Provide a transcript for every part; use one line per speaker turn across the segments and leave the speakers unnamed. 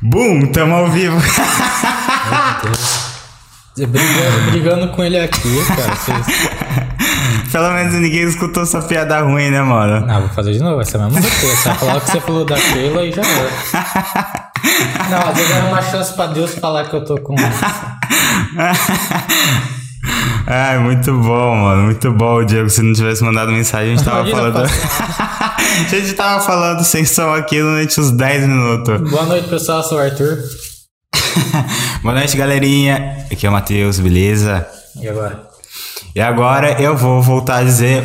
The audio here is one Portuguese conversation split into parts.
Bum, tamo ao vivo.
Brigando, brigando com ele aqui, cara. Vocês...
Pelo menos ninguém escutou essa piada ruim, né, mano?
Não, vou fazer de novo, essa é a mesma coisa. Você vai falar o que você falou da Keila e já era. Não, às vezes é uma chance pra Deus falar que eu tô com.
Ai, muito bom, mano. Muito bom, Diego. Se não tivesse mandado mensagem, a gente tava falando.
Imagina,
a gente tava falando sem som aqui durante uns 10 minutos.
Boa noite, pessoal. Eu sou o Arthur.
Boa noite, galerinha. Aqui é o Matheus, beleza?
E agora?
E agora eu vou voltar a dizer.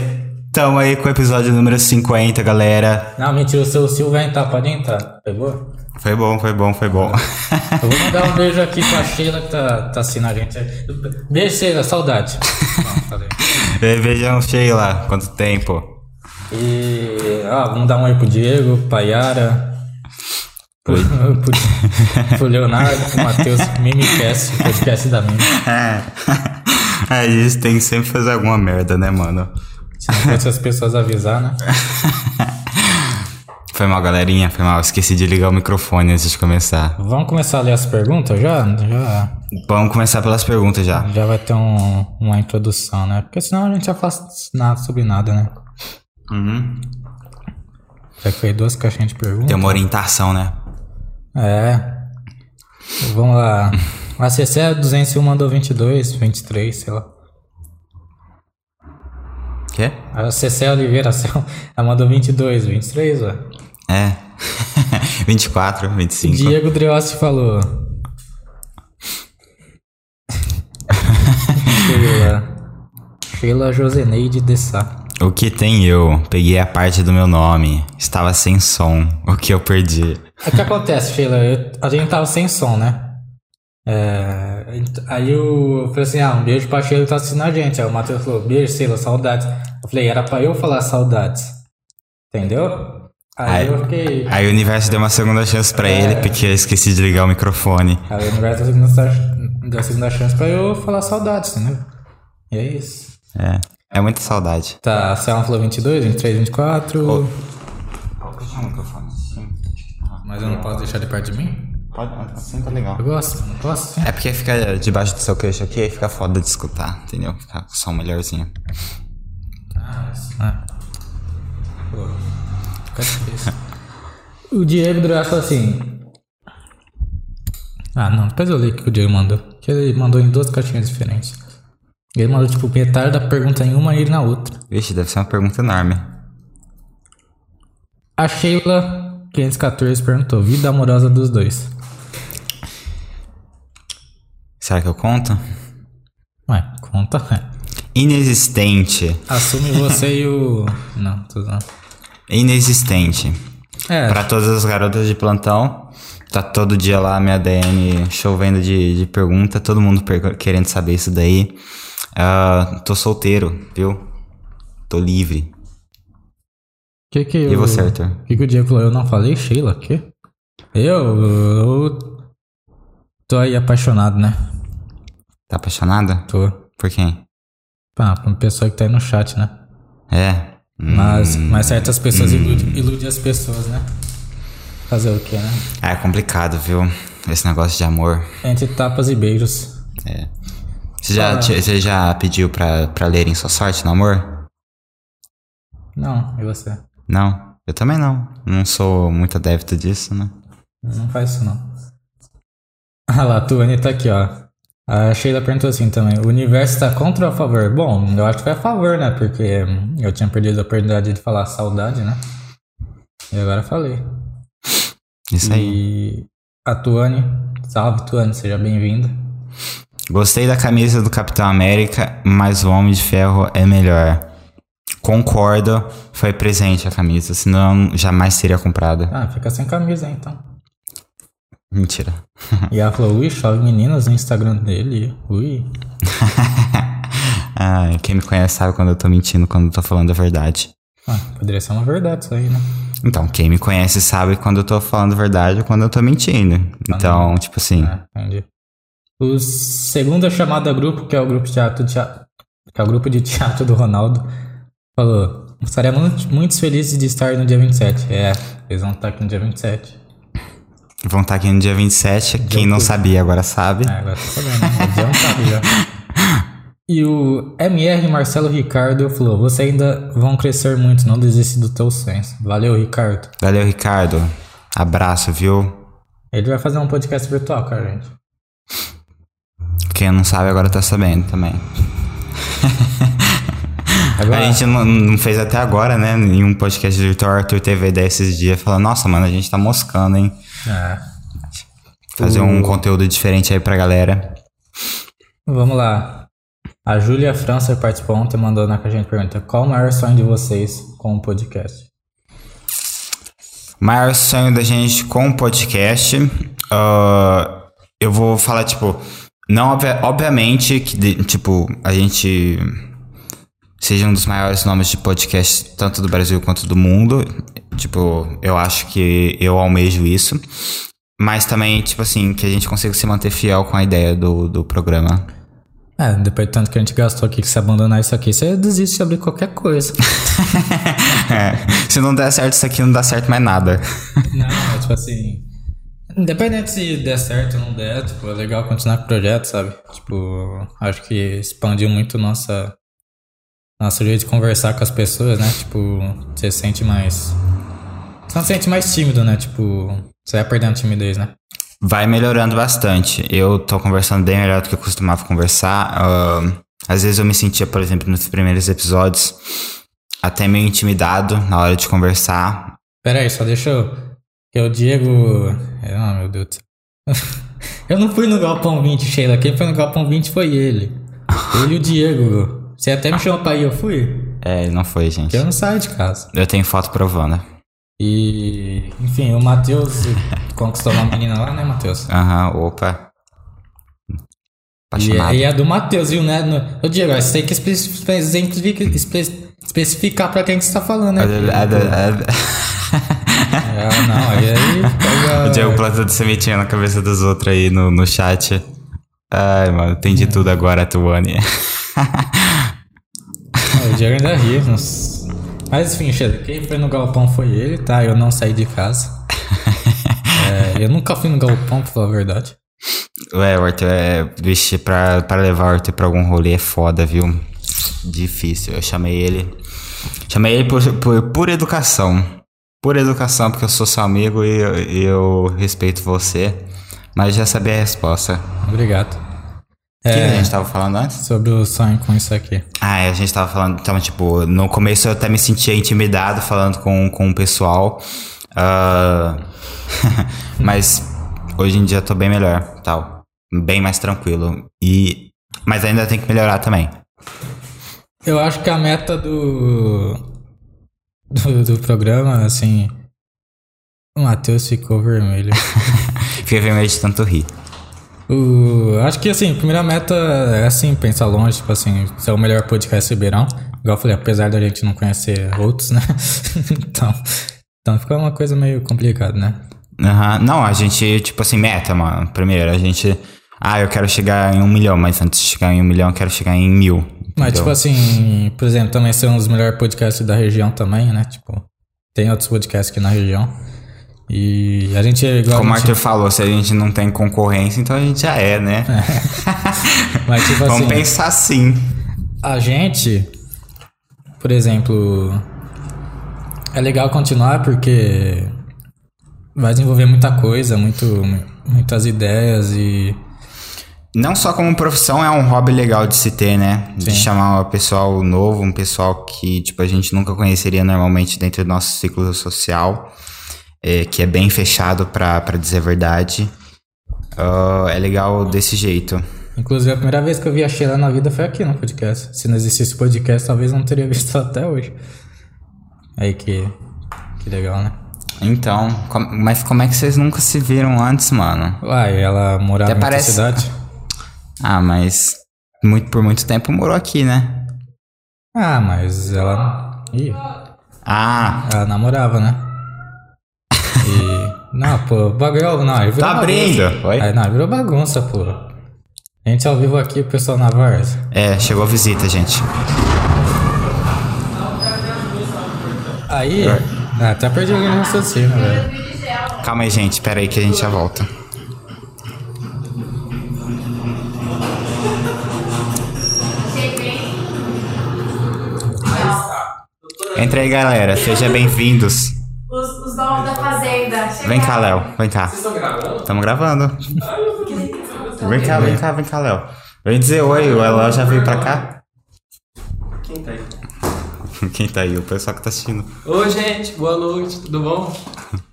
Tamo aí com o episódio número 50, galera.
Não, mentira, o seu Silvio vai entrar, pode entrar. Pegou?
Foi bom, foi bom, foi bom.
Eu vou mandar um beijo aqui pra Sheila que tá, tá assistindo a gente. Beijo, Sheila, saudade. Não, falei.
Ei, Beijão, Sheila. Quanto tempo?
E ah, vamos dar um oi pro Diego, pra Yara. Pro, pro- pro Leonardo, pro Matheus, Mimicast, podcast da Mimi.
É. A gente tem que sempre fazer alguma merda, né, mano?
Se não fosse as pessoas avisar, né?
Foi mal, galerinha. Foi mal. Esqueci de ligar o microfone antes de começar.
Vamos começar a ler as perguntas já? Já,
Vamos começar pelas perguntas já.
já vai ter um, uma introdução, né? Porque senão a gente já faz nada sobre nada, né?
Uhum.
Já que foi duas caixinhas de perguntas.
Tem uma orientação, né?
É. Vamos lá. A é CC 201 mandou 22, 23, sei lá.
Quê?
A Cecé Oliveira Sel- ela mandou 22, 23, ó.
É. 24, 25.
Diego Driossi falou. Sheila. Sheila Joseneide de Sá.
O que tem eu? Peguei a parte do meu nome. Estava sem som. O que eu perdi?
O É que acontece, Sheila? Eu- a gente tava sem som, né? É, ent- aí eu, eu falei assim: ah, um beijo pra Sheila que tá assistindo a gente. Aí o Matheus falou: beijo, Sheila, saudades. Eu falei: era pra eu falar saudades. Entendeu? Aí
Aí-
eu fiquei.
Aí o universo deu uma segunda chance pra ele, porque eu esqueci de ligar o microfone.
A Universo deu a segunda, deu a segunda chance pra eu falar saudades, entendeu? E é isso.
É. É muita saudade.
Tá, a Selma falou 22, 23, 24. Mas eu não posso deixar de perto de mim?
Pode, assim tá legal.
Eu gosto, não posso?
É porque fica debaixo do seu queixo aqui e fica foda de escutar, entendeu? Fica com som melhorzinho.
Ah, isso. Ah. Pô, fica difícil. o Diego Durá falou assim. Ah, não, depois eu li o que o Diego mandou. Que ele mandou em duas caixinhas diferentes. Ele mandou, tipo, metade da pergunta em uma e ele na outra.
Vixe, deve ser uma pergunta enorme.
A Sheila 514 perguntou: Vida amorosa dos dois.
Será que eu conto?
Ué, conta. né?
Inexistente.
Assume você e o. Não, tô não.
Inexistente.
É,
Pra todas as garotas de plantão, tá todo dia lá minha DM chovendo de, de pergunta, todo mundo per- querendo saber isso daí. Ah, tô solteiro, viu? Tô livre.
que que
E
eu.
você, Arthur?
que que o Diego falou? Eu não falei Sheila? Que? Eu. Eu. Tô aí apaixonado, né?
Tá apaixonada?
Tô.
Por quem?
Ah, pra uma pessoa que tá aí no chat, né?
É. Hum.
Mas, mas certas pessoas iludem ilude as pessoas, né? Fazer o quê, né?
Ah, É complicado, viu? Esse negócio de amor.
Entre tapas e beijos.
É. Você já,
Ah.
te- você já pediu pra, pra lerem sua sorte no amor?
Não, e você?
Não. Eu também não. Não sou muito adepto disso, né?
Não faz isso não. Ah lá, a Tuane tá aqui, ó. A Sheila perguntou assim também: o universo tá contra ou a favor? Bom, eu acho que foi a favor, né? Porque hum, eu tinha perdido a oportunidade de falar saudade, né? E agora eu falei.
Isso
Hum.
aí.
E a Tuane, salve Tuane, seja bem-vinda.
Gostei da camisa do Capitão América, mas o Homem de Ferro é melhor. Concordo, foi presente a camisa, senão eu jamais teria comprado.
Ah, fica sem camisa aí, então.
Mentira.
E ela falou: ui, chove meninas no Instagram dele. Ui.
Ah, quem me conhece sabe quando eu tô mentindo, quando eu tô falando a verdade.
Ah, poderia ser uma verdade isso aí, né?
Então, quem me conhece sabe quando eu tô falando a verdade ou quando eu tô mentindo. Então, tipo assim.
Ah, entendi. O segunda chamada grupo, que é o grupo de teatro, tea- que é o grupo de teatro do Ronaldo, falou: estaremos muito, muito felizes de estar no dia 27. É, eles vão estar aqui no dia 27.
Vão estar aqui no dia 27. Quem não sabia agora sabe.
É, agora tá sabendo. né? Já não sabia. E o MR Marcelo Ricardo falou: Você ainda vão crescer muito, não desiste do teu senso. Valeu, Ricardo.
Valeu, Ricardo. Abraço, viu?
Ele vai fazer um podcast virtual, cara, gente.
Quem não sabe agora tá sabendo também.
Agora,
A gente não, não fez até agora, né? Nenhum podcast virtual Arthur TV desses dias. Falando, nossa, mano, a gente tá moscando, hein?
é.
Fazer um conteúdo diferente aí pra galera.
Vamos lá. A Júlia França participou ontem, mandou na caixinha de pergunta: Qual o maior sonho de vocês com o podcast?
maior sonho da gente com o podcast. ah, eu vou falar, tipo, não, obvia- obviamente que, de- tipo, a gente seja um dos maiores nomes de podcast, tanto do Brasil quanto do mundo. Tipo, eu acho que eu almejo isso. Mas também, tipo assim, que a gente consiga se manter fiel com a ideia do, do programa.
É, depois de tanto que a gente gastou aqui, que se abandonar isso aqui, você desiste de abrir qualquer coisa.
se não der certo isso aqui, não dá certo mais nada.
Não, é tipo assim. Independente se der certo ou não der, tipo, é legal continuar com o projeto, sabe? Tipo, acho que expandiu muito nossa. Nosso jeito de conversar com as pessoas, né? Tipo, você se sente mais. Você não se sente mais tímido, né? Tipo, você vai perdendo timidez, né?
vai melhorando bastante. Eu tô conversando bem melhor do que eu costumava conversar. ahn, às vezes eu me sentia, por exemplo, nos primeiros episódios, até meio intimidado na hora de conversar.
Pera aí, só deixa eu. Que é o Diego. Ah, meu Deus do céu. Eu não fui no Galpão 20, Sheila. Quem foi no Galpão 20 foi ele. Ele e o Diego. Você até me chamou pra ir, eu fui.
É, ele não foi, gente.
Eu não saio de casa.
Eu tenho foto provando.
E, enfim, o Matheus conquistou uma menina lá, né, Matheus?
Aham, opa.
E,
Apaixonado.
e a do Matheus, viu, né? No, ô, Diego, você tem que espe- espe- exemplifica- espe- especificar pra quem que você tá falando, né? É, não, aí, aí
O Diego
pega...
plantando sementinha na cabeça dos outros aí no, no chat. Ai, mano, entendi tudo agora, Tuane.
Ah, O Diego ainda ri. nossa. Mas, enfim, Sheila, quem foi no Galpão foi ele, tá? Eu não saí de casa. É, eu nunca fui no Galpão, pra falar a verdade.
Ué, o Arthur é. Vixe, pra, pra levar o Arthur pra algum rolê é foda, viu? Difícil. Eu chamei ele. Chamei ele por, por, por educação. Por educação, porque eu sou seu amigo e eu, e eu respeito você. Mas já sabia a resposta.
Obrigado.
O que a
É,
gente tava falando antes?
sobre o sonho com isso aqui.
Ah, é, a gente tava falando, então, tipo, no começo eu até me sentia intimidado falando com, com o pessoal. ah, mas hoje em dia eu tô bem melhor, tal. Bem mais tranquilo. E. Mas ainda tem que melhorar também.
Eu acho que a meta do, do, do programa, assim. O Matheus ficou vermelho.
Fiquei vermelho de tanto rir.
O- acho que, assim, a primeira meta é, assim, pensar longe, tipo assim, ser o melhor podcast Ribeirão. Igual eu falei, apesar da gente não conhecer outros, né? então, então fica uma coisa meio complicada, né?
Aham. Não, a gente, tipo assim, meta, mano. Primeiro, a gente. Ah, eu quero chegar em um milhão, mas antes de chegar em um milhão, eu quero chegar em mil.
Mas,
entendeu?
tipo assim, por exemplo, também ser um dos melhores podcasts da região também, né? Tipo, tem outros podcasts aqui na região. E a gente é igual.
Como o
a gente-
Arthur falou, se a gente não tem concorrência, então a gente já é, né?
mas, tipo
Vamos
assim,
pensar assim.
A gente, por exemplo, é legal continuar porque vai desenvolver muita coisa, muito, muitas ideias e.
Não só como profissão, é um hobby legal de se ter, né? De chamar um pessoal novo, um pessoal que, tipo, a gente nunca conheceria normalmente dentro do nosso ciclo social, é, que é bem fechado pra, pra dizer a verdade. Ah, é legal desse jeito.
Inclusive, a primeira vez que eu vi a Sheila na vida foi aqui no podcast. Se não existisse podcast, talvez eu não teria visto ela até hoje. Aí que. Que legal, né?
Então, com- mas como é que vocês nunca se viram antes, mano?
Uai, ela
Até
morava em outra
parece-
cidade.
Ah, mas muito, por muito tempo morou aqui, né?
Ah, mas ela. Ih.
Ah,
Ela namorava, né? E. Não, pô, bagulho. é Não, aí virou
Tá abrindo.
bagunça.
Oi?
Aí, não, virou bagunça, pô. A gente ao vivo aqui, o pessoal na Varsa.
é, chegou a visita, gente. É.
Aí. Ah, até perdi o raciocínio, velho.
Calma aí, gente. Pera aí que a gente já volta. Entra aí, galera. Sejam bem-vindos.
Os, os donos da fazenda. Chegaram.
Vem cá, Léo. Vem cá.
Vocês estão gravando?
Tamo gravando. Vem cá, vem cá, vem cá, Léo. Vem dizer oi. O Léo já veio pra cá.
Quem tá aí?
Quem tá aí? O pessoal que tá assistindo.
Oi, gente, boa noite, tudo bom?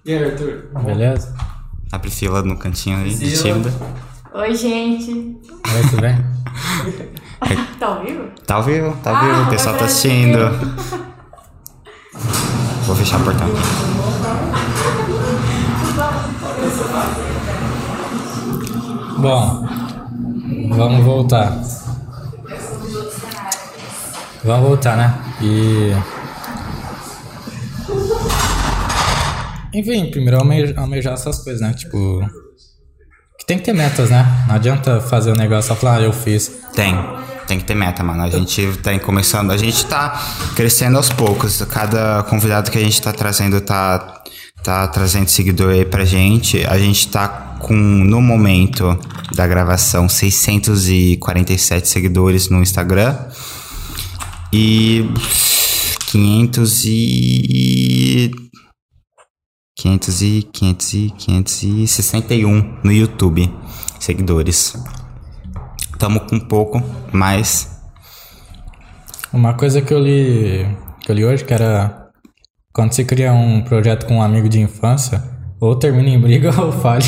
E aí, Arthur?
Beleza?
A Priscila no cantinho ali de
Priscila.
tímida.
Oi, gente.
Oi, tudo bem?
Tá ouvindo?
Tá ao vivo, tá ao
Ah,
vivo. O
vai
pessoal tá
pra
assistindo. Vou fechar a porta.
Bom, vamos voltar. Vamos voltar, né? E. Enfim, primeiro alme- almejar essas coisas, né? Tipo. Que tem que ter metas, né? Não adianta fazer um negócio só falar, ah, eu fiz.
Tem. Tem que ter meta, mano. A gente tem começando. A gente tá crescendo aos poucos. Cada convidado que a gente tá trazendo tá, tá trazendo seguidor aí pra gente. A gente tá com, no momento da gravação, 647 seguidores no Instagram. E. 500 e. 500 e. 500 e. 561 no YouTube seguidores. Tamo com pouco, mas.
Uma coisa que eu li. que eu li hoje, que era. Quando você cria um projeto com um amigo de infância, ou termina em briga ou fale.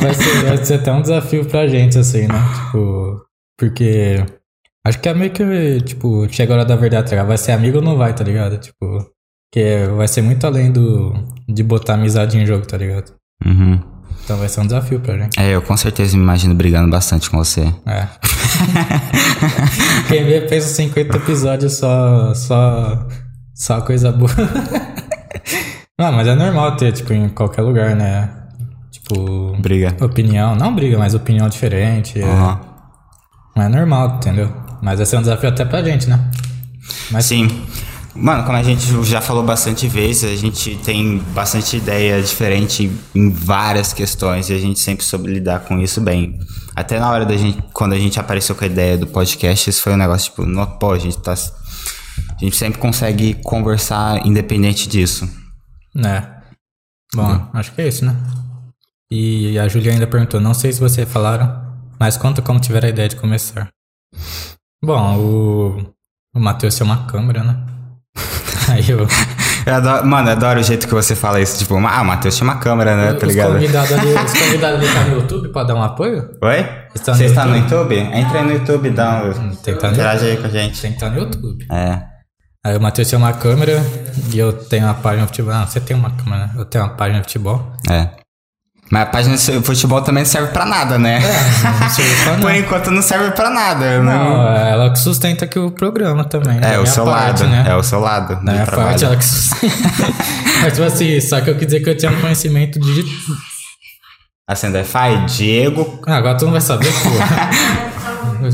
vai, ser, vai ser até um desafio pra gente, assim, né? Tipo. Porque. Acho que é meio que, tipo, chega a hora da verdade, tá ligado? Vai ser amigo ou não vai, tá ligado? Tipo. Que vai ser muito além do. de botar amizade em jogo, tá ligado?
Uhum.
Então vai ser um desafio pra gente.
É, eu com certeza me imagino brigando bastante com você.
É. Quem vê pensa 50 episódios só, só, só coisa boa. Não, mas é normal ter, tipo, em qualquer lugar, né? Tipo,
Briga.
opinião, não briga, mas opinião diferente. é.
Uhum.
Mas é normal, entendeu? Mas esse é um desafio até pra gente, né? Mas
Sim. Mano, como a gente já falou bastante vezes, a gente tem bastante ideia diferente em várias questões e a gente sempre soube lidar com isso bem. Até na hora da gente, quando a gente apareceu com a ideia do podcast, isso foi um negócio tipo, no, pô, a gente tá. A gente sempre consegue conversar independente disso.
né? Bom, acho que é isso, né? E a Julia ainda perguntou, não sei se vocês falaram, mas conta como tiver a ideia de começar. Bom, o, o Matheus é uma câmera, né? Aí eu,
Eu adoro- mano, eu adoro o jeito que você fala isso. Tipo, ah, o Matheus tinha uma câmera, né? Tá
os
ligado?
convidados ali, os convidados ali tá no YouTube pra dar um apoio?
Oi?
Está
Você
no
está no YouTube? Entra aí no YouTube, dá um...
Tem que estar no,
interage aí com a gente.
tem que tá no YouTube.
É.
Aí o Matheus tem uma câmera e eu tenho uma página de futebol. Não, você tem uma câmera, né? Eu tenho uma página de futebol.
É. Mas a página de futebol também não serve pra nada, né?
Não sei pra
Por
nada.
enquanto não serve pra nada. eu Não.
É. né? Não, ela que sustenta aqui o programa também.
É,
da
o
minha
seu
parte,
lado.
né?
É o seu lado. do
Da minha
trabalho.
parte, é ela que sustenta. Mas, tipo assim, só que eu quis dizer que eu tinha um conhecimento de.
Assim, Wi-Fi, Diego
Ah, agora tu não vai saber, pô.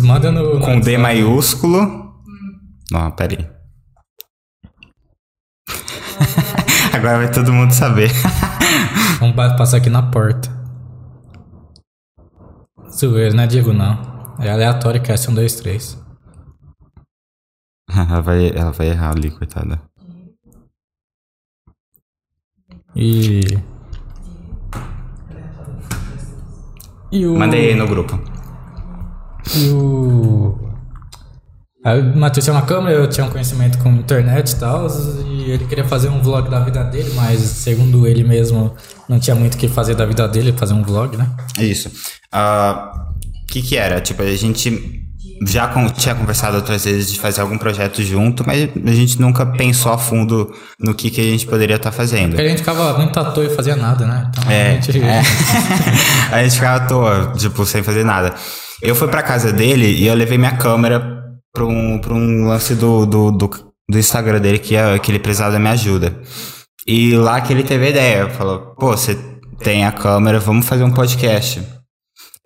Manda no.
com
no-
D maiúsculo. Não, peraí. Agora vai todo mundo saber.
Vamos ba- passar aqui na porta. Zoeira, não é Diego, não. É aleatório, que é 1, 2, 3.
ela, vai, ela vai errar ali, coitada.
E. E o.
Mandei aí no grupo.
E o. Aí o Matheus tinha uma câmera, eu tinha um conhecimento com internet e tal, e ele queria fazer um vlog da vida dele, mas segundo ele mesmo, não tinha muito o que fazer da vida dele, fazer um vlog, né?
Isso. Ah, O que que era? Tipo, a gente já con- tinha conversado outras vezes de fazer algum projeto junto, mas a gente nunca pensou a fundo no que que a gente poderia estar fazendo.
Porque a gente ficava muito à toa e fazia nada, né? Então
É,
a gente.
a gente ficava à toa, tipo, sem fazer nada. Eu fui pra casa dele e eu levei minha câmera pra um, pra um lance do, do, do, do Instagram dele que, é- que ele precisava da minha ajuda. E lá que ele teve a ideia, falou, pô, você tem a câmera, vamos fazer um podcast.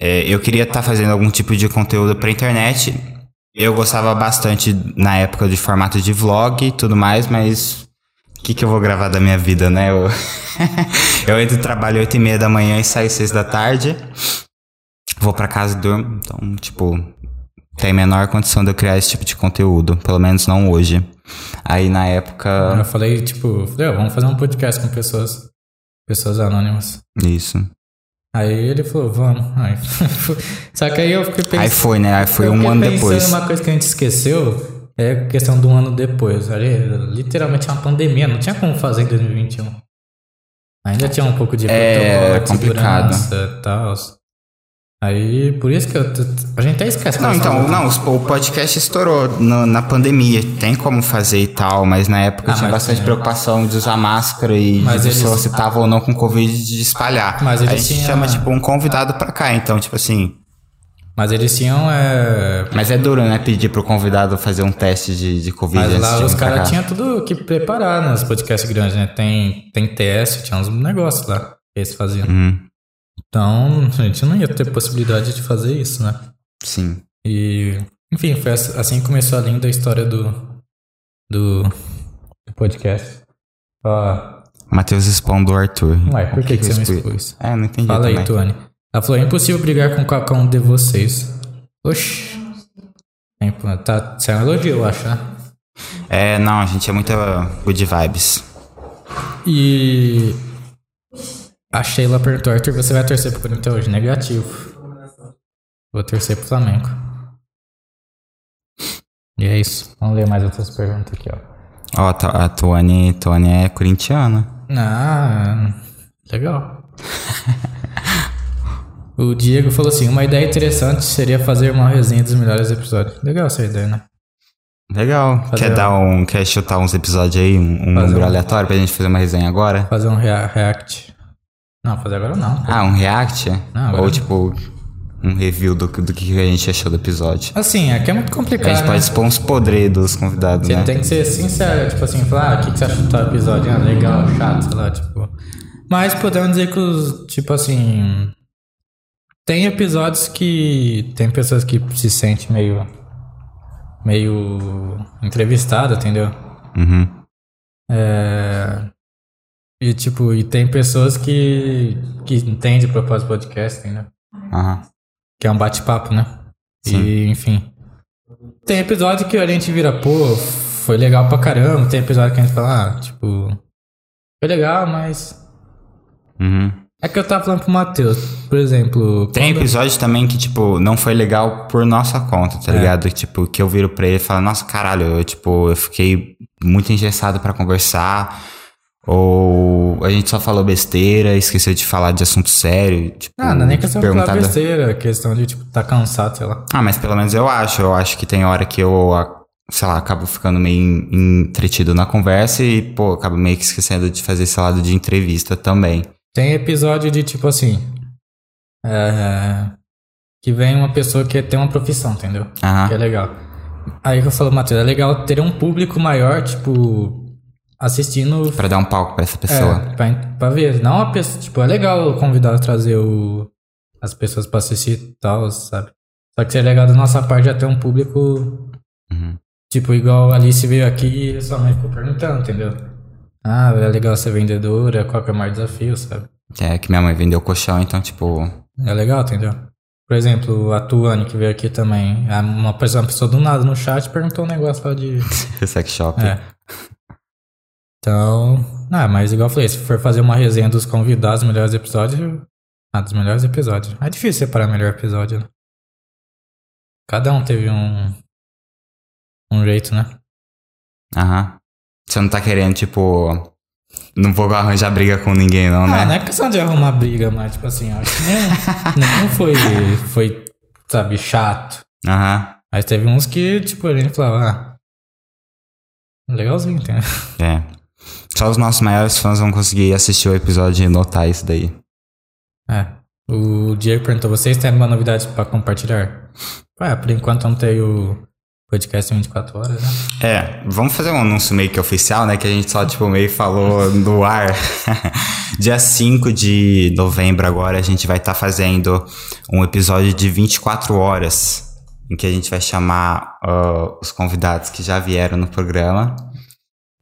É, eu queria estar fazendo algum tipo de conteúdo pra internet. Eu gostava bastante na época de formato de vlog e tudo mais, mas O que, que eu vou gravar da minha vida, né? Eu, eu entro no trabalho 8 e meia da manhã e saio 6 da tarde. Vou pra casa e durmo. Então, tipo, tem menor condição de eu criar esse tipo de conteúdo. Pelo menos não hoje. Aí na época.
Eu falei, tipo, falei, "Ó, vamos fazer um podcast com pessoas. Pessoas anônimas.
Isso.
Aí ele falou, vamos. Aí, só que aí eu fiquei pensando.
Aí foi, né? Aí foi
eu
um
fiquei
ano
pensando
depois.
Uma coisa que a gente esqueceu é a questão do ano depois. Ali, literalmente é uma pandemia, não tinha como fazer em 2021. Ainda tinha um pouco de
É, complicado.
e tal. Aí, por isso que eu t- t- a gente até esquece.
Não,
quais são
então,
os-
não, os- o podcast estourou no- na pandemia, tem como fazer e tal, mas na época
Ah,
tinha
mas
bastante
tinha.
preocupação de usar máscara e
Mas
de se
eles-
você tava ou não com Covid de espalhar.
Mas
a
eles
gente
tinha-
chama, tipo, um convidado pra cá, então, tipo assim.
Mas eles tinham. é,
Mas é duro, né? Pedir pro convidado fazer um teste de, de Covid
Mas
antes
lá
de
os
vir pra cá.
caras tinham tudo que preparar, né? Os podcasts grandes, né? Tem, tem TS, tinha uns negócios lá que eles faziam.
Uhum,
Então, a gente não ia ter possibilidade de fazer isso, né?
sim.
E, enfim, foi ass- assim que começou a linda história do, do, do podcast. Ó,
Matheus expondo o Arthur.
ué, por que, que você me
expõe?
expôs?
É, não entendi
Fala aí,
também.
Tuane. Ela falou, é impossível brigar com qualquer um de vocês. Oxi. É impo- Tá, isso é um elogio, eu acho, né?
É, não, a gente é muito uh, good vibes.
E a Sheila perguntou, Arthur, você vai torcer pro Corinthians hoje? Negativo. Vou torcer pro Flamengo. E é isso. Vamos ler mais outras perguntas aqui, ó.
Ó, a Tu- a Tuane, Tuane é corintiana.
Ah, legal. o Diego falou assim: uma ideia interessante seria fazer uma resenha dos melhores episódios. Legal essa ideia, né?
Legal.
Fazer
quer
um-
dar um. Quer chutar uns episódios aí, um, um
Fazer
número
um-
aleatório pra gente fazer uma resenha agora?
Fazer um rea- react. Não, fazer agora não.
Ah, um react?
Não, agora-
Ou tipo, um review do, do que a gente achou do episódio.
Assim, aqui é
A
muito
gente
complicado.
pode
Né?
expor uns podres dos convidados,
Você
né?
tem que ser sincero, tipo assim, falar, ah, o que, que você acha do tal episódio? Ah, legal, chato, sei lá, tipo. Mas podemos dizer que os, tipo assim. Tem episódios que. Tem pessoas que se sentem meio. meio. entrevistada, entendeu?
Uhum.
É, E tipo, e tem pessoas que, que entendem o propósito do podcast, né?
Aham.
Que é um bate-papo, né? E,
Sim.
enfim. Tem episódio que a gente vira, pô, foi legal pra caramba. Tem episódio que a gente fala, ah, tipo, foi legal, mas.
Uhum.
É que eu tava falando pro Matheus, por exemplo.
Tem
quando-
episódio também que, tipo, não foi legal por nossa conta,
É.
tá ligado? Tipo, que eu viro pra ele e falo, nossa, caralho, eu, tipo, eu fiquei muito engessado pra conversar. Ou a gente só falou besteira, esqueceu de falar de assunto sério. Tipo,
Ah, não é nem questão de falar
perguntado-
besteira, é questão de, tipo, tá cansado, sei lá.
Ah, mas pelo menos eu acho. Eu acho que tem hora que eu, a- sei lá, acabo ficando meio en- entretido na conversa e, pô, acabo meio que esquecendo de fazer esse lado de entrevista também.
Tem episódio de tipo assim. é, que vem uma pessoa que tem uma profissão, entendeu? Que é
Aham.
legal. Aí que eu falo, Matheus, é legal ter um público maior, tipo, assistindo
Pra dar um palco pra essa pessoa.
é, pra, pra ver. Não a pessoa, tipo, é legal o convidado trazer o, as pessoas pra assistir e tal, sabe? Só que seria legal da nossa parte já ter um público,
Uhum.
tipo, igual a Alice veio aqui e sua mãe ficou perguntando, entendeu? Ah, é legal ser vendedora, qual que é o maior desafio, sabe?
É que minha mãe vendeu colchão, então, tipo.
É legal, entendeu? Por exemplo, a Tuane que veio aqui também. a- Uma pessoa, uma pessoa do nada no chat perguntou um negócio lá de.
sex shop.
É. Então. Ah, mas igual eu falei, se for fazer uma resenha dos convidados, dos melhores episódios. Ah, dos melhores episódios. É difícil separar melhor episódio, né? Cada um teve um. Um jeito, né?
Aham. Você não tá querendo, tipo. Não vou arranjar briga com ninguém, não,
Ah,
né?
não é questão de arrumar briga, mas tipo assim, eu acho que nenhum, nenhum foi, foi, sabe, chato.
Aham.
Mas teve uns que, tipo, a gente falava, ah, legalzinho, entendeu?
É. Só os nossos maiores fãs vão conseguir assistir o episódio e notar isso daí.
É. O Diego perguntou: vocês têm alguma novidade pra compartilhar? Ué, por enquanto não tem o podcast em 24 horas, né?
É, vamos fazer um anúncio meio que oficial, né? Que a gente só, tipo, meio falou no ar. Dia 5 de novembro agora, a gente vai estar fazendo um episódio de 24 horas, em que a gente vai chamar ah, os convidados que já vieram no programa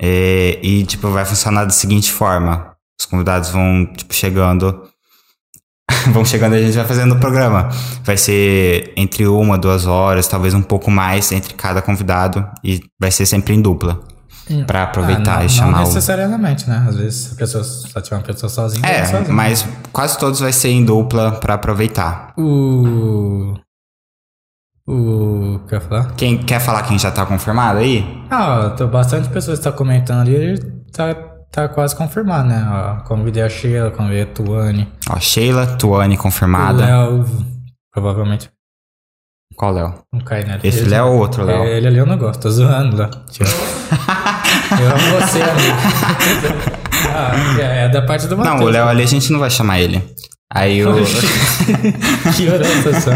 É, e, tipo, vai funcionar da seguinte forma. Os convidados vão, tipo, chegando. vão chegando e a gente vai fazendo o programa. Vai ser entre uma, duas horas, talvez um pouco mais entre cada convidado. E vai ser sempre em dupla. Pra aproveitar
Ah, não,
e chamar
Não
o.
necessariamente, né? Às vezes a pessoa só tiver uma pessoa sozinha. ela
É,
sozinha.
mas quase todos vai ser em dupla pra aproveitar.
O. O. O que eu ia falar?
Quem quer falar quem já tá confirmado aí?
Ah, ó, tô bastante pessoas que tá comentando ali. ele Tá, tá quase confirmado, né? Ó, convidei a Sheila, convidei a Tuane.
Ó, Sheila, Tuane
O
confirmada.
Léo, provavelmente. né?
Qual Léo?
Não cai nele.
Esse
Ele-
Léo ou outro Léo?
É, Ele ali eu não gosto, tô zoando lá. Te amo. eu amo você, amigo. Ah, é, é da parte do Matheus. né?
Não, o Léo ali a gente não vai chamar ele. Aí o.
que orelha só.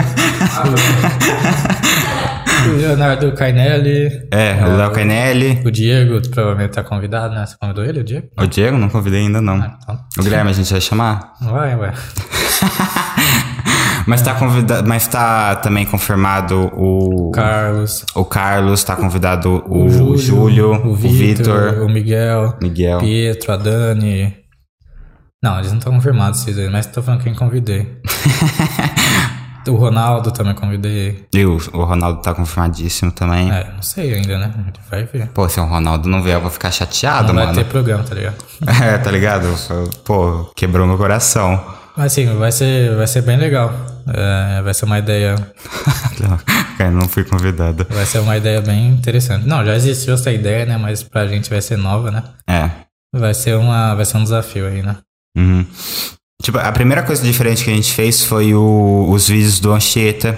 O Leonardo Carnelli,
É, o Léo Cainelli.
o Diego provavelmente tá convidado, né? Você convidou ele, o Diego?
O Diego não convidei ainda, não.
Ah, então.
O Guilherme a gente vai chamar.
Vai, vai.
Mas tá convidado. Mas tá também confirmado o.
Carlos,
O Carlos, tá convidado o,
o Júlio,
Júlio,
o Vitor, o Miguel,
Miguel.
Pietro, a Dani. Não, eles não estão confirmados esses aí, mas tô falando quem convidei. o Ronaldo também convidei.
E o, o Ronaldo tá confirmadíssimo também.
É, não sei ainda, né? A gente vai ver.
Pô, se o Ronaldo não vier, eu vou ficar chateado,
Não vai
mano.
ter programa, tá ligado?
É, tá ligado? Pô, quebrou meu coração.
Mas sim, vai ser, vai ser bem legal. É, vai ser uma ideia,
Cara, não fui convidado.
vai ser uma ideia bem interessante. Não, já existiu essa ideia, né? Mas pra gente vai ser nova, né?
É.
Vai ser uma, vai ser um desafio aí, né?
Uhum. Tipo, a primeira coisa diferente que a gente fez foi o- os vídeos do Anchieta,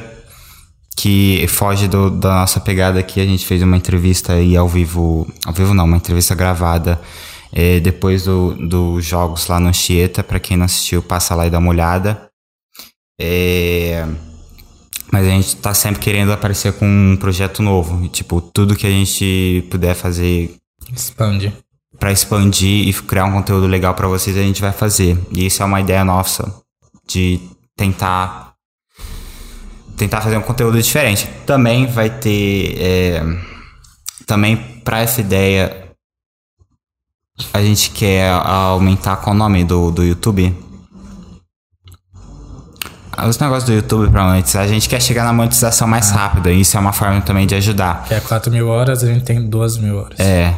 que foge do- da nossa pegada aqui. A gente fez uma entrevista aí ao vivo. Ao vivo não, uma entrevista gravada eh, depois do- dos jogos lá no Anchieta. Pra quem não assistiu, passa lá e dá uma olhada. É, Mas a gente tá sempre querendo aparecer com um projeto novo. E, tipo, tudo que a gente puder fazer
Expande.
Pra expandir e criar um conteúdo legal pra vocês, a gente vai fazer. E isso é uma ideia nossa de tentar tentar fazer um conteúdo diferente. Também vai ter é, também pra essa ideia a gente quer aumentar qual o nome do, do YouTube. Ah, Os negócios do YouTube pra monetizar, a gente quer chegar na monetização mais rápida. E isso é uma forma também de ajudar.
Que é 4 mil horas, a gente tem 12 mil horas.
É,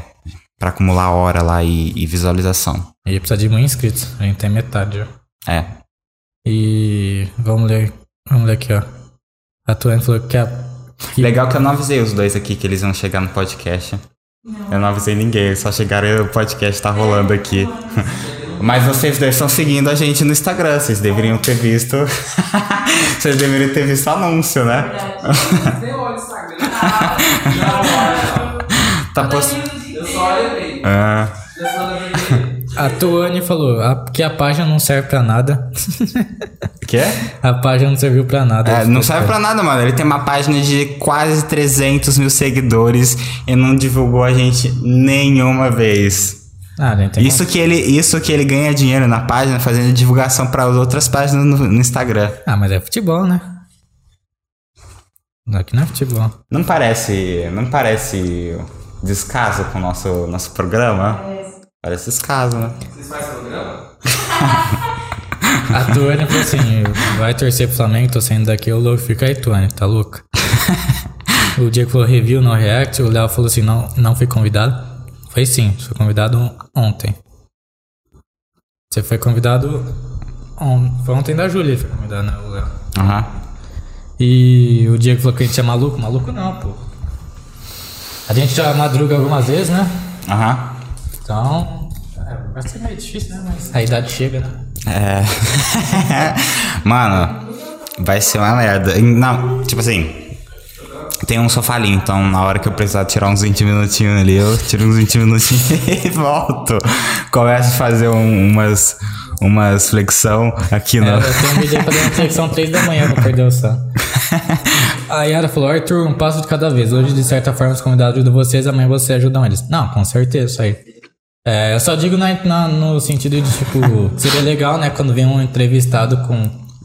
pra acumular hora lá e, e visualização.
E precisa de mil inscritos, a gente tem metade já.
É.
E vamos ler, vamos ler aqui, ó. A Tuane falou que a... que-
Legal que eu não avisei os dois aqui que eles iam chegar no podcast. Eu não avisei ninguém, eles só chegaram e o podcast tá rolando aqui. Mas vocês dois estão seguindo a gente no Instagram, vocês deveriam ter visto. vocês deveriam ter visto o anúncio, né?
Nem olho o Instagram.
Tá Ah, postando.
Eu só olhei. Eu só olhei.
A Tuane falou a- que a página não serve pra nada.
Quê?
a página não serviu pra nada.
É, não serve pra nada, mano. Ele tem uma página de quase 300 mil seguidores e não divulgou a gente nenhuma vez.
Ah, a gente tem
Isso que, ele, isso que ele ganha dinheiro na página fazendo divulgação para as outras páginas no, no Instagram.
Ah, mas é futebol, né? Aqui não é futebol.
Não parece, não parece descaso com o nosso, nosso programa? Parece descaso, né?
Vocês fazem programa?
A Tuane falou assim: vai torcer pro Flamengo, tô saindo daqui, o louco fica aí, Tuane, tá louca? o Diego falou review, no react. O Léo falou assim: não, não fui convidado. Foi sim, fui convidado on- ontem. Você foi convidado. on- foi ontem da Júlia, que foi convidado, né, o Léo?
Aham.
E o Diego falou que a gente é maluco. Maluco não, pô. A gente já madruga algumas vezes, né?
Aham.
Então. é, vai ser meio difícil, né? Mas a idade chega, né?
É. Mano, vai ser uma merda. Não, tipo assim. Tem um sofá ali, então na hora que eu precisar tirar uns 20 minutinhos ali, eu tiro uns 20 minutinhos e volto. Começo a fazer um- umas, umas flexão aqui
É,
no,
eu tenho um vídeo aí pra dar uma reflexão 3 da manhã pra perder o sono. A Yara falou, Arthur, um passo de cada vez. Hoje, de certa forma, os convidados ajudam vocês, amanhã vocês ajudam eles. Não, com certeza, isso aí. É, eu só digo na- na- no sentido de, tipo, seria legal, né, quando vem um entrevistado com,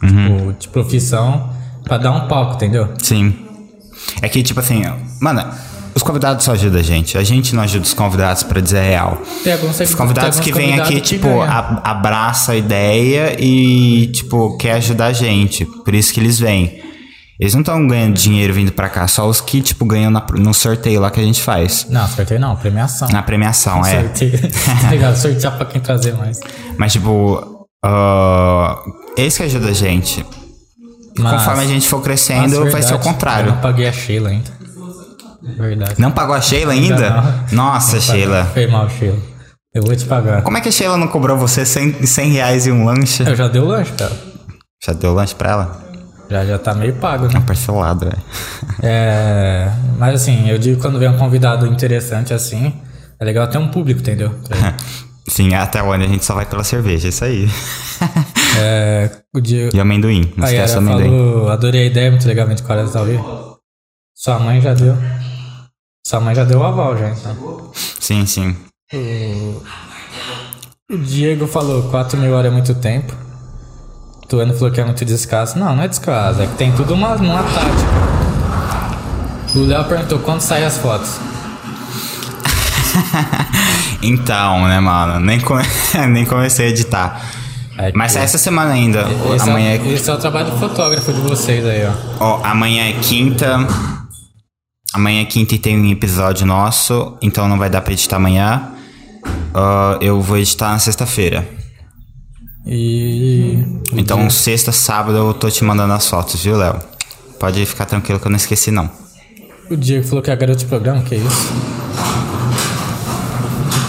Uhum.
tipo, de profissão, pra dar um palco, entendeu?
Sim. É que, tipo assim, mano, Os convidados só ajudam a gente. A gente não ajuda os convidados pra dizer a real.
Tem alguns
Os convidados
tem
que
alguns
vêm
convidados
aqui,
que
tipo,
ganham.
a- abraça a ideia e, tipo, quer ajudar a gente. Por isso que eles vêm. Eles não estão ganhando dinheiro vindo pra cá, só os que, tipo, ganham na- no sorteio lá que a gente faz.
Não, sorteio não, premiação.
Na premiação, é.
Sorteio. tá ligado? Sortear pra quem trazer mais.
Mas, tipo, ah, esse que ajuda a gente. E
Mas-
Conforme a gente for crescendo,
Nossa,
vai ser o
verdade. Eu
contrário.
não paguei a Sheila ainda. Verdade.
Não pagou a Sheila ainda?
Ainda
Nossa, Sheila.
Foi mal, Sheila. Eu vou te pagar.
Como é que a Sheila não cobrou você 100, 100 reais e um lanche?
Eu já dei o lanche, cara.
Já deu lanche pra ela?
Já, já tá meio pago, né?
Parcelado, velho.
É, mas assim, eu digo quando vem um convidado interessante assim, é legal ter um público, entendeu?
Sim, até onde a gente só vai pela cerveja, isso aí.
É, o dia,
E amendoim, não
a
esquece
Yara
o amendoim.
falou, adorei a ideia, muito legal, 24 horas ao vivo. Sua mãe já deu. Sua mãe já deu o aval, já, então.
Sim, sim.
O Diego falou, 4 mil horas é muito tempo. Tuano falou que é muito descaso. Não, não é descaso, é que tem tudo uma, uma tática. O Léo perguntou quando saem as fotos.
Então, né, mano? Nem, come- nem comecei a editar.
É que-
Mas essa semana ainda.
Esse
amanhã
é,
é
o- esse é o trabalho de fotógrafo de vocês aí, ó.
Ó, amanhã é quinta. Amanhã é quinta e tem um episódio nosso, então não vai dar pra editar amanhã. Ah, eu vou editar na sexta-feira.
E.
Então, sexta, sábado eu tô te mandando as fotos, viu, Léo? Pode ficar tranquilo que eu não esqueci, não.
O Diego falou que é a garota de programa, que isso?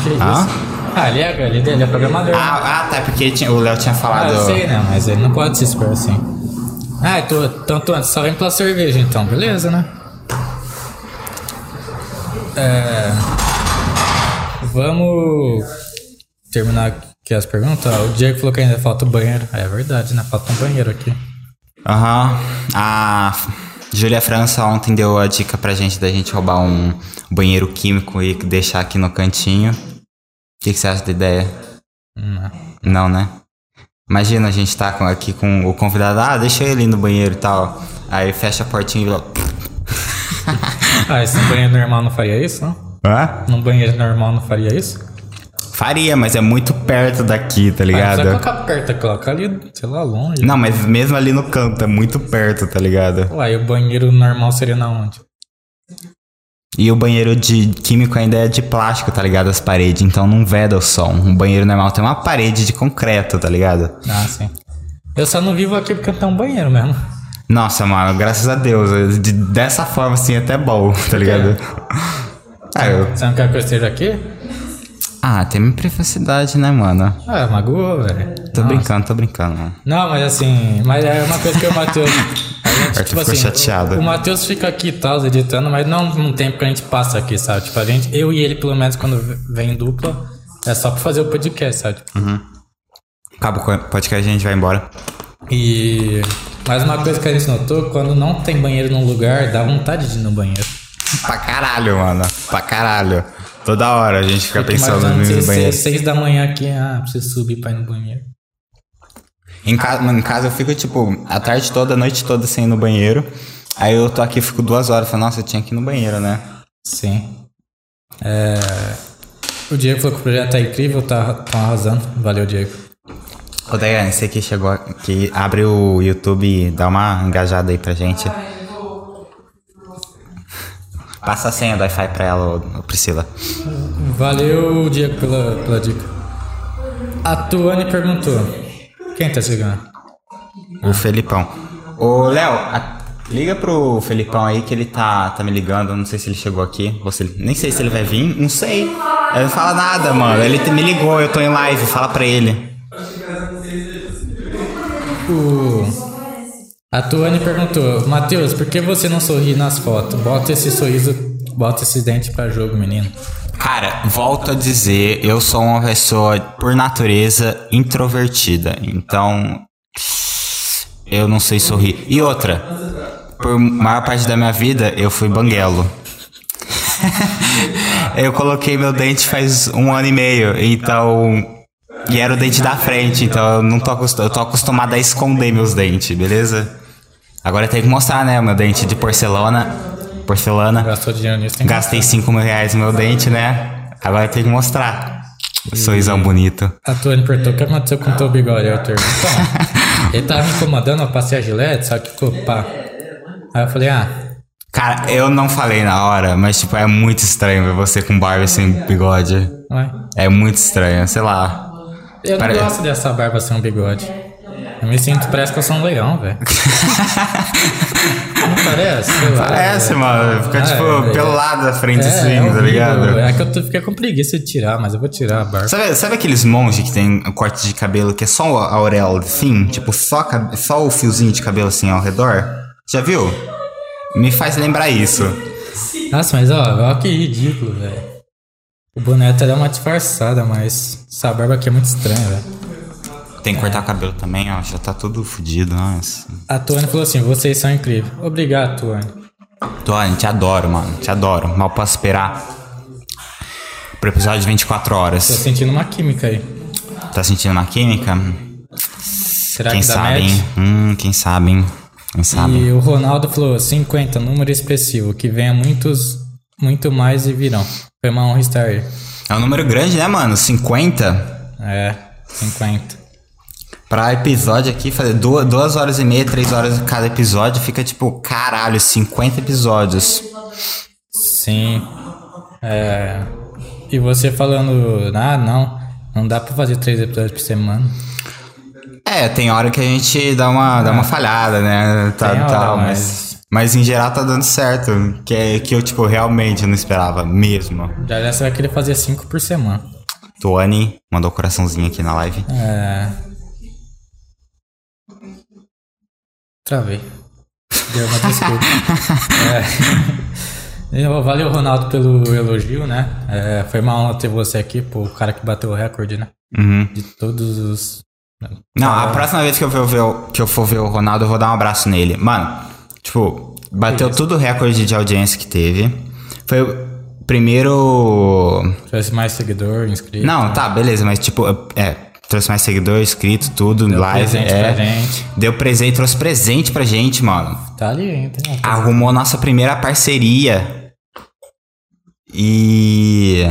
Que isso?
Ah?
Ah, ele é, ele, ele é programador. né?
Ah, ah, tá, porque ele tinha- o Léo tinha
Ah,
falado.
eu sei, né? Mas ele não pode se expor assim. Ah, eu tô, então tô antes, só vem pela cerveja então, beleza, né? É. Vamos terminar aqui as perguntas. Ó, O Diego falou que ainda falta o banheiro. É verdade, né? Falta um banheiro aqui.
Aham. A Júlia França ontem deu a dica pra gente da gente roubar um banheiro químico e deixar aqui no cantinho. O que, que você acha da ideia? Não, né? Imagina a gente tá com- aqui com o convidado, ah, deixa ele no banheiro e tal. Aí fecha a portinha e. lá-
Ah, esse banheiro normal não faria isso, não?
Hã?
Num banheiro normal não faria isso?
Faria, mas é muito perto daqui, tá
Ah, não precisa
ligado?
colocar perto, coloca ali, sei lá, longe.
Não, mas mesmo ali no canto, é muito perto, tá ligado?
Lá, e o banheiro normal seria na onde?
E o banheiro de químico ainda é de plástico, tá ligado? As paredes, então não veda o som. Um banheiro normal tem uma parede de concreto, tá ligado?
Ah, sim. Eu só não vivo aqui porque eu tenho um banheiro mesmo.
Nossa, mano, graças a Deus. de- dessa forma, assim, é até bom, tá ligado? Ah, eu-
Você não quer que eu esteja aqui?
ah, tem minha privacidade, né, mano?
Ah, magoa, velho.
Tô brincando, tô brincando, mano.
Não, mas assim, mas é uma coisa que o Matheus. a gente, tipo assim,
Arthur ficou chateado.
O, o Matheus fica aqui e tal, editando, mas não um tempo que a gente passa aqui, sabe? Tipo, a gente, eu e ele, pelo menos, quando vem em dupla, é só pra fazer o podcast, sabe?
Acaba o podcast, a gente vai embora.
E. Mas uma coisa que a gente notou, quando não tem banheiro num lugar, dá vontade de ir no banheiro.
Pra caralho, mano. Pra caralho. Toda hora a gente fica pensando
Imagina
no
seis-
banheiro.
seis- seis da manhã aqui, ah, preciso subir pra ir no banheiro.
Em casa, mano, em casa eu fico, tipo, a tarde toda, a noite toda sem ir no banheiro. Aí eu tô aqui, fico duas horas, falo, nossa, eu tinha que ir no banheiro, né?
Sim. É, o Diego falou que o projeto tá incrível, tá, tá arrasando. Valeu, Diego.
Ô, Daiane, você que chegou aqui, abre o YouTube, dá uma engajada aí pra gente. Passa a senha do Wi-Fi pra ela, ô, ô, Priscila.
Valeu, Diego, pela, pela dica. A Tuane perguntou. Quem tá chegando?
O Felipão. Ô, Léo, a- liga pro Felipão aí que ele tá, tá me ligando. Não sei se ele chegou aqui. Ou se ele- nem sei se ele vai vir. Não sei. Ele não fala nada, mano. Ele te- me ligou, eu tô em live. Fala pra ele.
O... A Tuane perguntou, Matheus, por que você não sorri nas fotos? Bota esse sorriso, bota esse dente pra jogo, menino.
Cara, volto a dizer, eu sou uma pessoa, por natureza, introvertida. Então, eu não sei sorrir. E outra, por maior parte da minha vida, eu fui banguelo. eu coloquei meu dente faz um ano e meio, então... E era o dente da frente, então eu não tô, acostum- eu tô acostumado a esconder meus dentes, beleza? Agora eu tenho que mostrar, né, o meu dente de porcelana. porcelana.
Gastou dinheiro nisso. tem que
Gastei 5 mil reais no meu dente, né? Agora tem que mostrar. Sorrisão bonito.
A Tuane perguntou o que aconteceu com o teu bigode, Arthur. Então, ele tava me incomodando, eu passei a gilete, só que ficou pá. Aí eu falei, ah,
Cara, eu não falei na hora, mas tipo, é muito estranho ver você com barba e sem bigode.
ué.
É muito estranho, sei lá.
Eu não
Pare-
gosto dessa barba sem um bigode. Eu me sinto, parece que eu sou um leão, velho. não parece? Sei lá,
Parece,
velho.
mano. Fica
Ah,
tipo
é,
pelado da frente assim, tá
horrível.
ligado?
É que eu tô- fiquei com preguiça de tirar, mas eu vou tirar a barba.
Sabe, sabe aqueles monges que tem um corte de cabelo que é só a auréola do fim? Tipo, só, a cabe- só o fiozinho de cabelo assim ao redor? Já viu? Me faz lembrar isso.
Nossa, mas ó, ó que ridículo, velho. O boneco até dá uma disfarçada, mas essa barba aqui é muito estranha, velho.
Tem que cortar o cabelo também, ó. Já tá tudo fudido, nossa.
A Tuane falou assim: vocês são incríveis. Obrigado, Tuane.
Tony, te adoro, mano. Te adoro. Mal posso esperar pro episódio de 24
Tô
horas.
sentindo uma química aí.
Tá sentindo uma química?
Será
Quem
que dá
sabe, hein?
match?
Hum, quem sabe, hein? Quem sabe.
E o Ronaldo falou: 50, número expressivo, que venha muitos, muito mais e virão. Foi uma honra estar aí.
É um número grande, né, mano? 50.
É, 50.
Pra episódio aqui, fazer duas, duas horas e meia, três horas cada episódio, fica tipo, caralho, 50 episódios.
Sim. É. E você falando: ah, não, não dá pra fazer três episódios por semana.
É, tem hora que a gente dá uma, dá uma falhada, né? Tá,
É. Tem hora,
tal, mas...
mas-
mas. em geral tá dando certo. Que, é- que eu, tipo, realmente não esperava mesmo.
Já já você vai querer fazer cinco por semana.
Tony mandou coraçãozinho aqui na live.
É. Travei. Deu uma desculpa. É. Eu- Valeu, Ronaldo, pelo elogio, né? É, foi uma honra ter você aqui, pô, o cara que bateu o recorde, né?
Uhum.
De todos os.
Não, a próxima vez que eu, for ver o, que eu for ver o Ronaldo, eu vou dar um abraço nele. Mano, tipo, bateu tudo o recorde de audiência que teve. Foi o primeiro.
Tivesse mais seguidor, inscrito.
Não, tá, beleza, mas tipo, é. Trouxe mais seguidor, inscrito, tudo, live.
presente
é.
pra gente.
Deu presente, trouxe presente pra gente, mano.
Tá ali, hein? Tem uma coisa.
Arrumou nossa primeira parceria. E.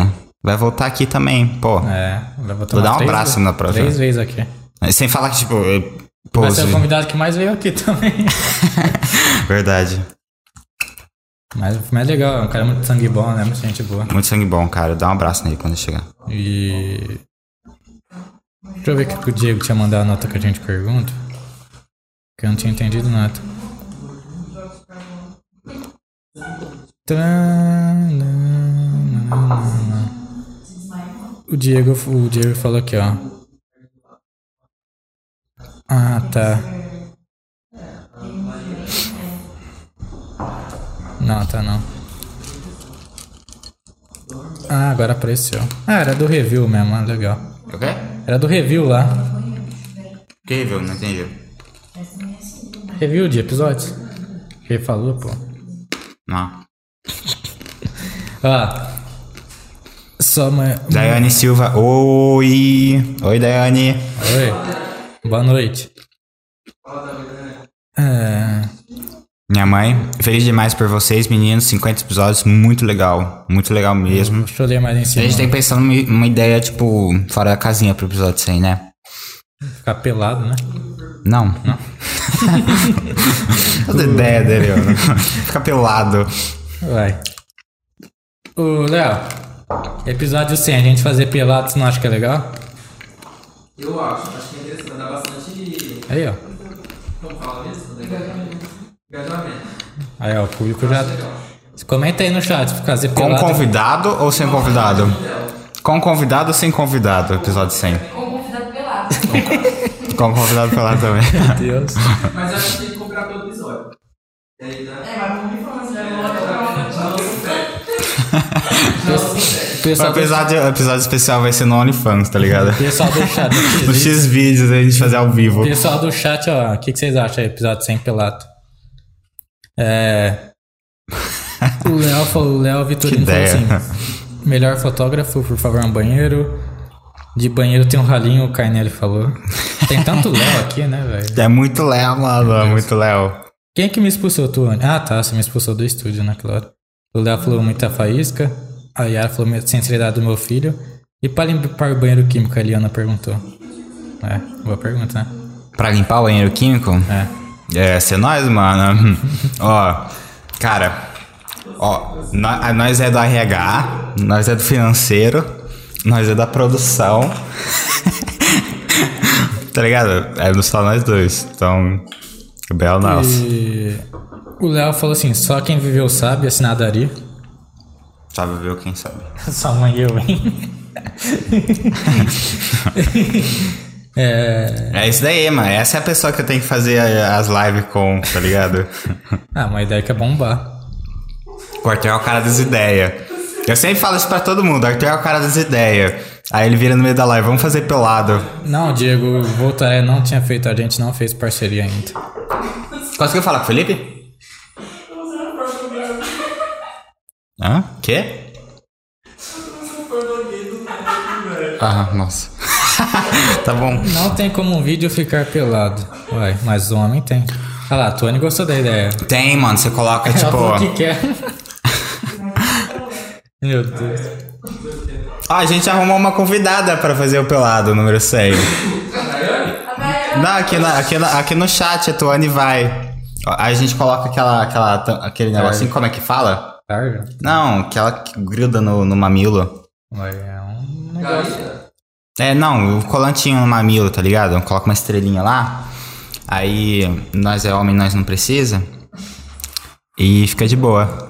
Vai voltar aqui também, pô.
É, vai botar
Vou
umas
dar um
três
abraço
vezes-
na próxima.
Três vezes aqui.
Sem falar que, tipo. eu- Pô,
É. Vai ser o
os-
convidado que mais veio aqui também.
Verdade.
Mas, mas legal, é um cara muito sangue bom, né? Muito gente boa.
Muito sangue bom, cara. Dá um abraço nele quando chegar.
E. Deixa eu ver o que o Diego tinha mandado a nota que a gente pergunta. Que eu não tinha entendido nada. Tananana. O Diego, o Diego falou aqui, ó. Ah, tá. Não, tá não. Ah, agora apareceu. Ah, era do review mesmo, ah, legal.
O quê?
Era do review lá.
Que review? Não entendi.
Review de episódios. Que ele falou, pô.
Não.
Ah. Só mãe.
Daiane Silva. Oi! Oi, Daiane.
Oi. Boa noite. É.
Minha mãe. Feliz demais por vocês, meninos. 50 episódios. Muito legal. Muito legal mesmo.
Deixa eu ler mais em
A gente
cima.
tem que pensar numa numa ideia, tipo, fora da casinha pro episódio 100, né?
Ficar pelado, né?
Não. Não. Toda ideia dele, mano. Fica pelado.
Vai. Ô, Léo. Episódio 100, a gente fazer pelado, você não acha que é legal?
Eu acho, acho que é interessante, dá bastante.
Aí, ó.
Como fala mesmo? Engajamento. Engajamento.
Aí, ó, o público já. Comenta aí no chat, fazer
Com
pelado.
convidado ou sem convidado?
é,
Com convidado ou sem convidado, episódio 100?
Com convidado pelado.
Com convidado pelado também.
Meu Deus.
Mas acho que tem que comprar todo episódio. E aí dá.
É, mas vamos falando, né? Vamos lá.
Não, não sei.
O
Pessoal,
episódio, o episódio especial vai ser no OnlyFans, tá ligado?
pessoal do chat.
No X vídeos a gente fazer ao vivo.
Pessoal do chat, ó, o que, que vocês acham aí, episódio sem pelato? É. O Léo falou, o Léo Vitorino
Que
falou
ideia.
assim: melhor fotógrafo, por favor, um banheiro. De banheiro tem um ralinho, o Carnelli falou. Tem tanto Léo aqui, né, velho?
É muito Léo, mano. É muito Léo.
Quem que me expulsou, Tuane? Ah, tá, você me expulsou do estúdio naquela hora. O Léo falou muita faísca. A Yara falou minha- sinceridade do meu filho. E pra limpar o banheiro químico, a Eliana perguntou. É, boa pergunta, né?
Pra limpar o banheiro químico? É. É, ser nós, mano. ó, cara, ó, nó- a- nós é do RH, nós é do financeiro, nós é da produção. tá ligado? É só nós dois. Então, Gabriel Nelson.
E o Léo falou assim: só quem viveu sabe, assinado Ari.
Sabe ver quem sabe.
Só mãe eu, hein? é...
É isso daí, mano. Essa é a pessoa que eu tenho que fazer a- as lives com, tá ligado?
Ah, uma ideia que é bombar.
O Arthur é o cara das ideias. Eu sempre falo isso pra todo mundo. O Arthur é o cara das ideias. Aí ele vira no meio da live, vamos fazer pelado.
Não, Diego, Voltaré não tinha feito, a gente não fez parceria ainda.
Conseguiu falar com o Felipe? Hã? Quê? Ah, nossa. tá bom.
Não tem como um vídeo ficar pelado. Uai, mas um homem tem. Olha lá, a Tony gostou da ideia.
Tem, mano, você coloca
Ela
tipo.
falou que quer. Meu Deus.
Ah, a gente arrumou uma convidada pra fazer o pelado, número 100. Não, aqui, na- aqui, na- aqui no chat a Tuane vai. Ó, Aí a gente coloca aquela, aquela, tam- aquele negocinho, como é que fala?
Carga?
Não, aquela que gruda no, no mamilo.
Uai, é um negócio.
Galinha?
É, não, o colantinho no mamilo, tá ligado? Coloca uma estrelinha lá. Aí nós é homem, nós não precisa. E fica de boa.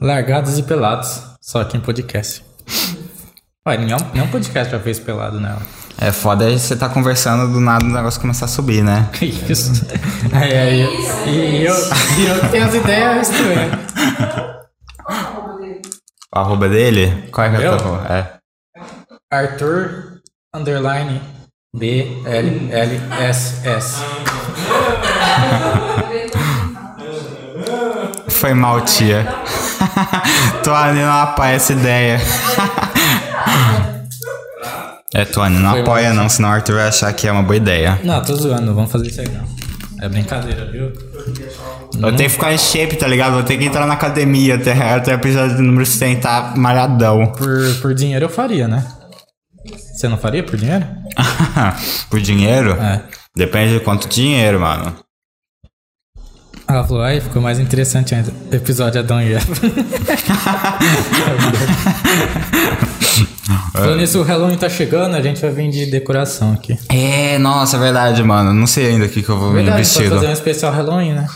Largados e pelados. Só aqui em podcast. Uai, nenhum, nenhum podcast já fez pelado né? nela.
É foda é você tá conversando do nada o negócio começar a subir, né?
Que isso? Aí, aí, e eu, e eu tenho as ideias estranhas.
O arroba dele? Qual é que é o
Meu?
teu arroba? É.
Arthur underline B L L S S.
Foi mal, tia. Tuane não apoia essa ideia. é, Tuane, não
Foi mal,
apoia não, senão o Arthur vai achar que é uma boa ideia.
Não, tô zoando, não vamos fazer isso aí não. É brincadeira, viu?
Eu
Uhum.
tenho que ficar em shape, tá ligado? Vou ter que entrar na academia até, até o episódio número 100 tá malhadão.
Por, por dinheiro eu faria, né? Você não faria por dinheiro?
Por dinheiro?
É.
Depende de quanto dinheiro, mano.
Ela falou, ai, ficou mais interessante ainda. Episódio Adão e Eva. Falando nisso, o Halloween tá chegando, a gente vai vir de decoração aqui.
É, nossa, é verdade, mano. Não sei ainda o que, que eu vou me
Verdade, pode
vestir.
fazer um especial Halloween, né?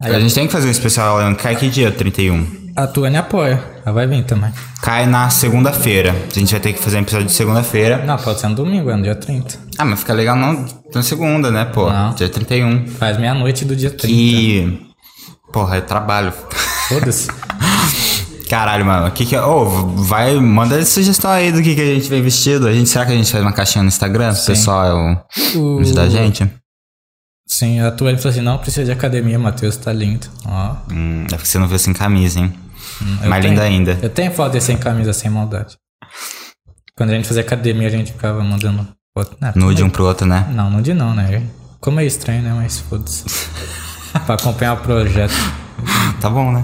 A gente tem que fazer um especial, Alan. Cai que dia? 31.
A Tuane apoia. Ela vai vir também.
Cai na segunda-feira. A gente vai ter que fazer um episódio de segunda-feira.
Não, pode ser no domingo, é no dia 30.
Ah, mas fica legal não na segunda, né, pô?
Não.
Dia 31.
Faz meia-noite do dia 30.
Que. Porra, é trabalho.
Foda-se.
Caralho, mano. O que que é. Ô, vai. Manda sugestão aí do que, que a gente vem vestido. A gente, será que a gente faz uma caixinha no Instagram? O pessoal é
O-
ajudar a gente?
Sim, a Tuane falou assim, não precisa de academia, Matheus, tá lindo. Ó.
Hum, é porque você não viu sem camisa, hein?
Hum, eu
Mais
tenho.
linda ainda.
Eu tenho foto desse sem camisa, sem maldade. Quando a gente fazia academia, a gente ficava mandando foto. Não,
Nude um pro outro, né?
Não, nude não, né? Como é estranho, né? Mas foda-se. pra acompanhar o projeto. Hum.
Tá bom, né?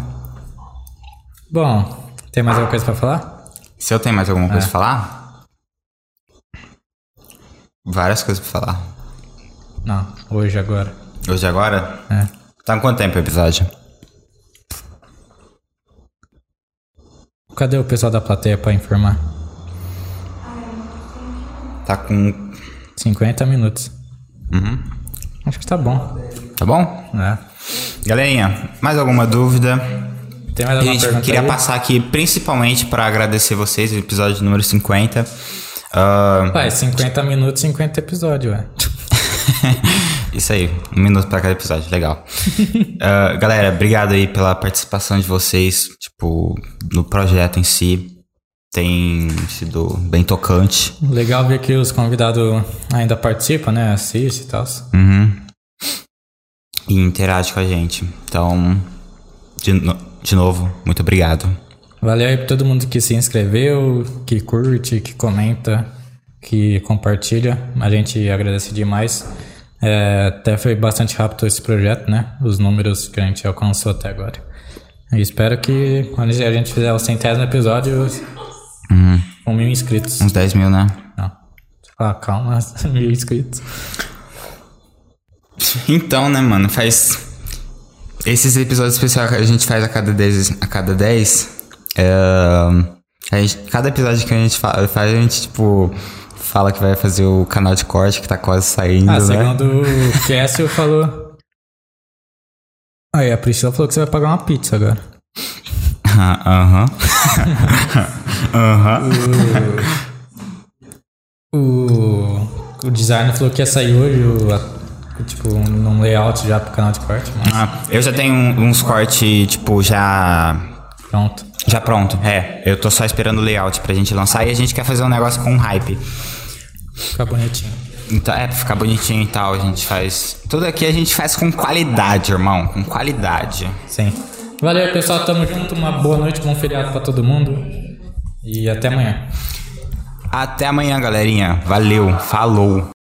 Bom, tem mais alguma coisa pra falar?
Se eu tenho mais alguma
É.
coisa pra falar? Várias coisas pra falar.
Não, hoje, agora.
Hoje agora?
É.
Tá com quanto tempo o episódio?
Cadê o pessoal da plateia pra informar?
Tá com.
50 minutos.
Uhum.
Acho que tá bom.
Tá bom?
É.
Galerinha, mais alguma dúvida?
Tem mais alguma
Gente, eu
pergunta
queria
aí?
passar aqui principalmente pra agradecer vocês, o episódio número 50. Ah,
Ué, 50 minutos, 50 episódios, ué.
isso aí, um minuto pra cada episódio, legal. Ah, galera, obrigado aí pela participação de vocês, tipo, no projeto em si. Tem sido bem tocante.
Legal ver que os convidados ainda participam, né? Assiste e tal.
Uhum. E interage com a gente. Então, de, no- de novo, muito obrigado.
Valeu aí pra todo mundo que se inscreveu, que curte, que comenta, que compartilha. A gente agradece demais. É, até foi bastante rápido esse projeto, né? Os números que a gente alcançou até agora. Eu espero que quando a gente fizer o centésimo episódio, um mil inscritos.
Uns 10 mil, né?
Não. Ah, calma, mil inscritos.
Então, né, mano, faz. Esses episódios especiais que a gente faz a cada 10. A cada 10. é, a gente- cada episódio que a gente fa- faz, a gente, tipo, fala que vai fazer o canal de corte que tá quase saindo,
Ah,
né?
segundo o Cássio falou. Aí a Priscila falou que você vai pagar uma pizza agora.
Ah, Aham. Aham.
O, o designer falou que ia sair hoje, o, a- tipo, um num layout já pro canal de corte, mas
Ah, eu já tenho uns cortes, tipo, já.
pronto.
Já pronto, é. Eu tô só esperando o layout pra gente lançar e a gente quer fazer um negócio com hype.
Fica bonitinho.
Então, é, pra ficar bonitinho e tal, a gente faz. Tudo aqui a gente faz com qualidade, irmão. Com qualidade.
Sim. Valeu, pessoal. Tamo junto. Uma boa noite, bom feriado pra todo mundo. E até amanhã.
Até amanhã, galerinha. Valeu. Falou.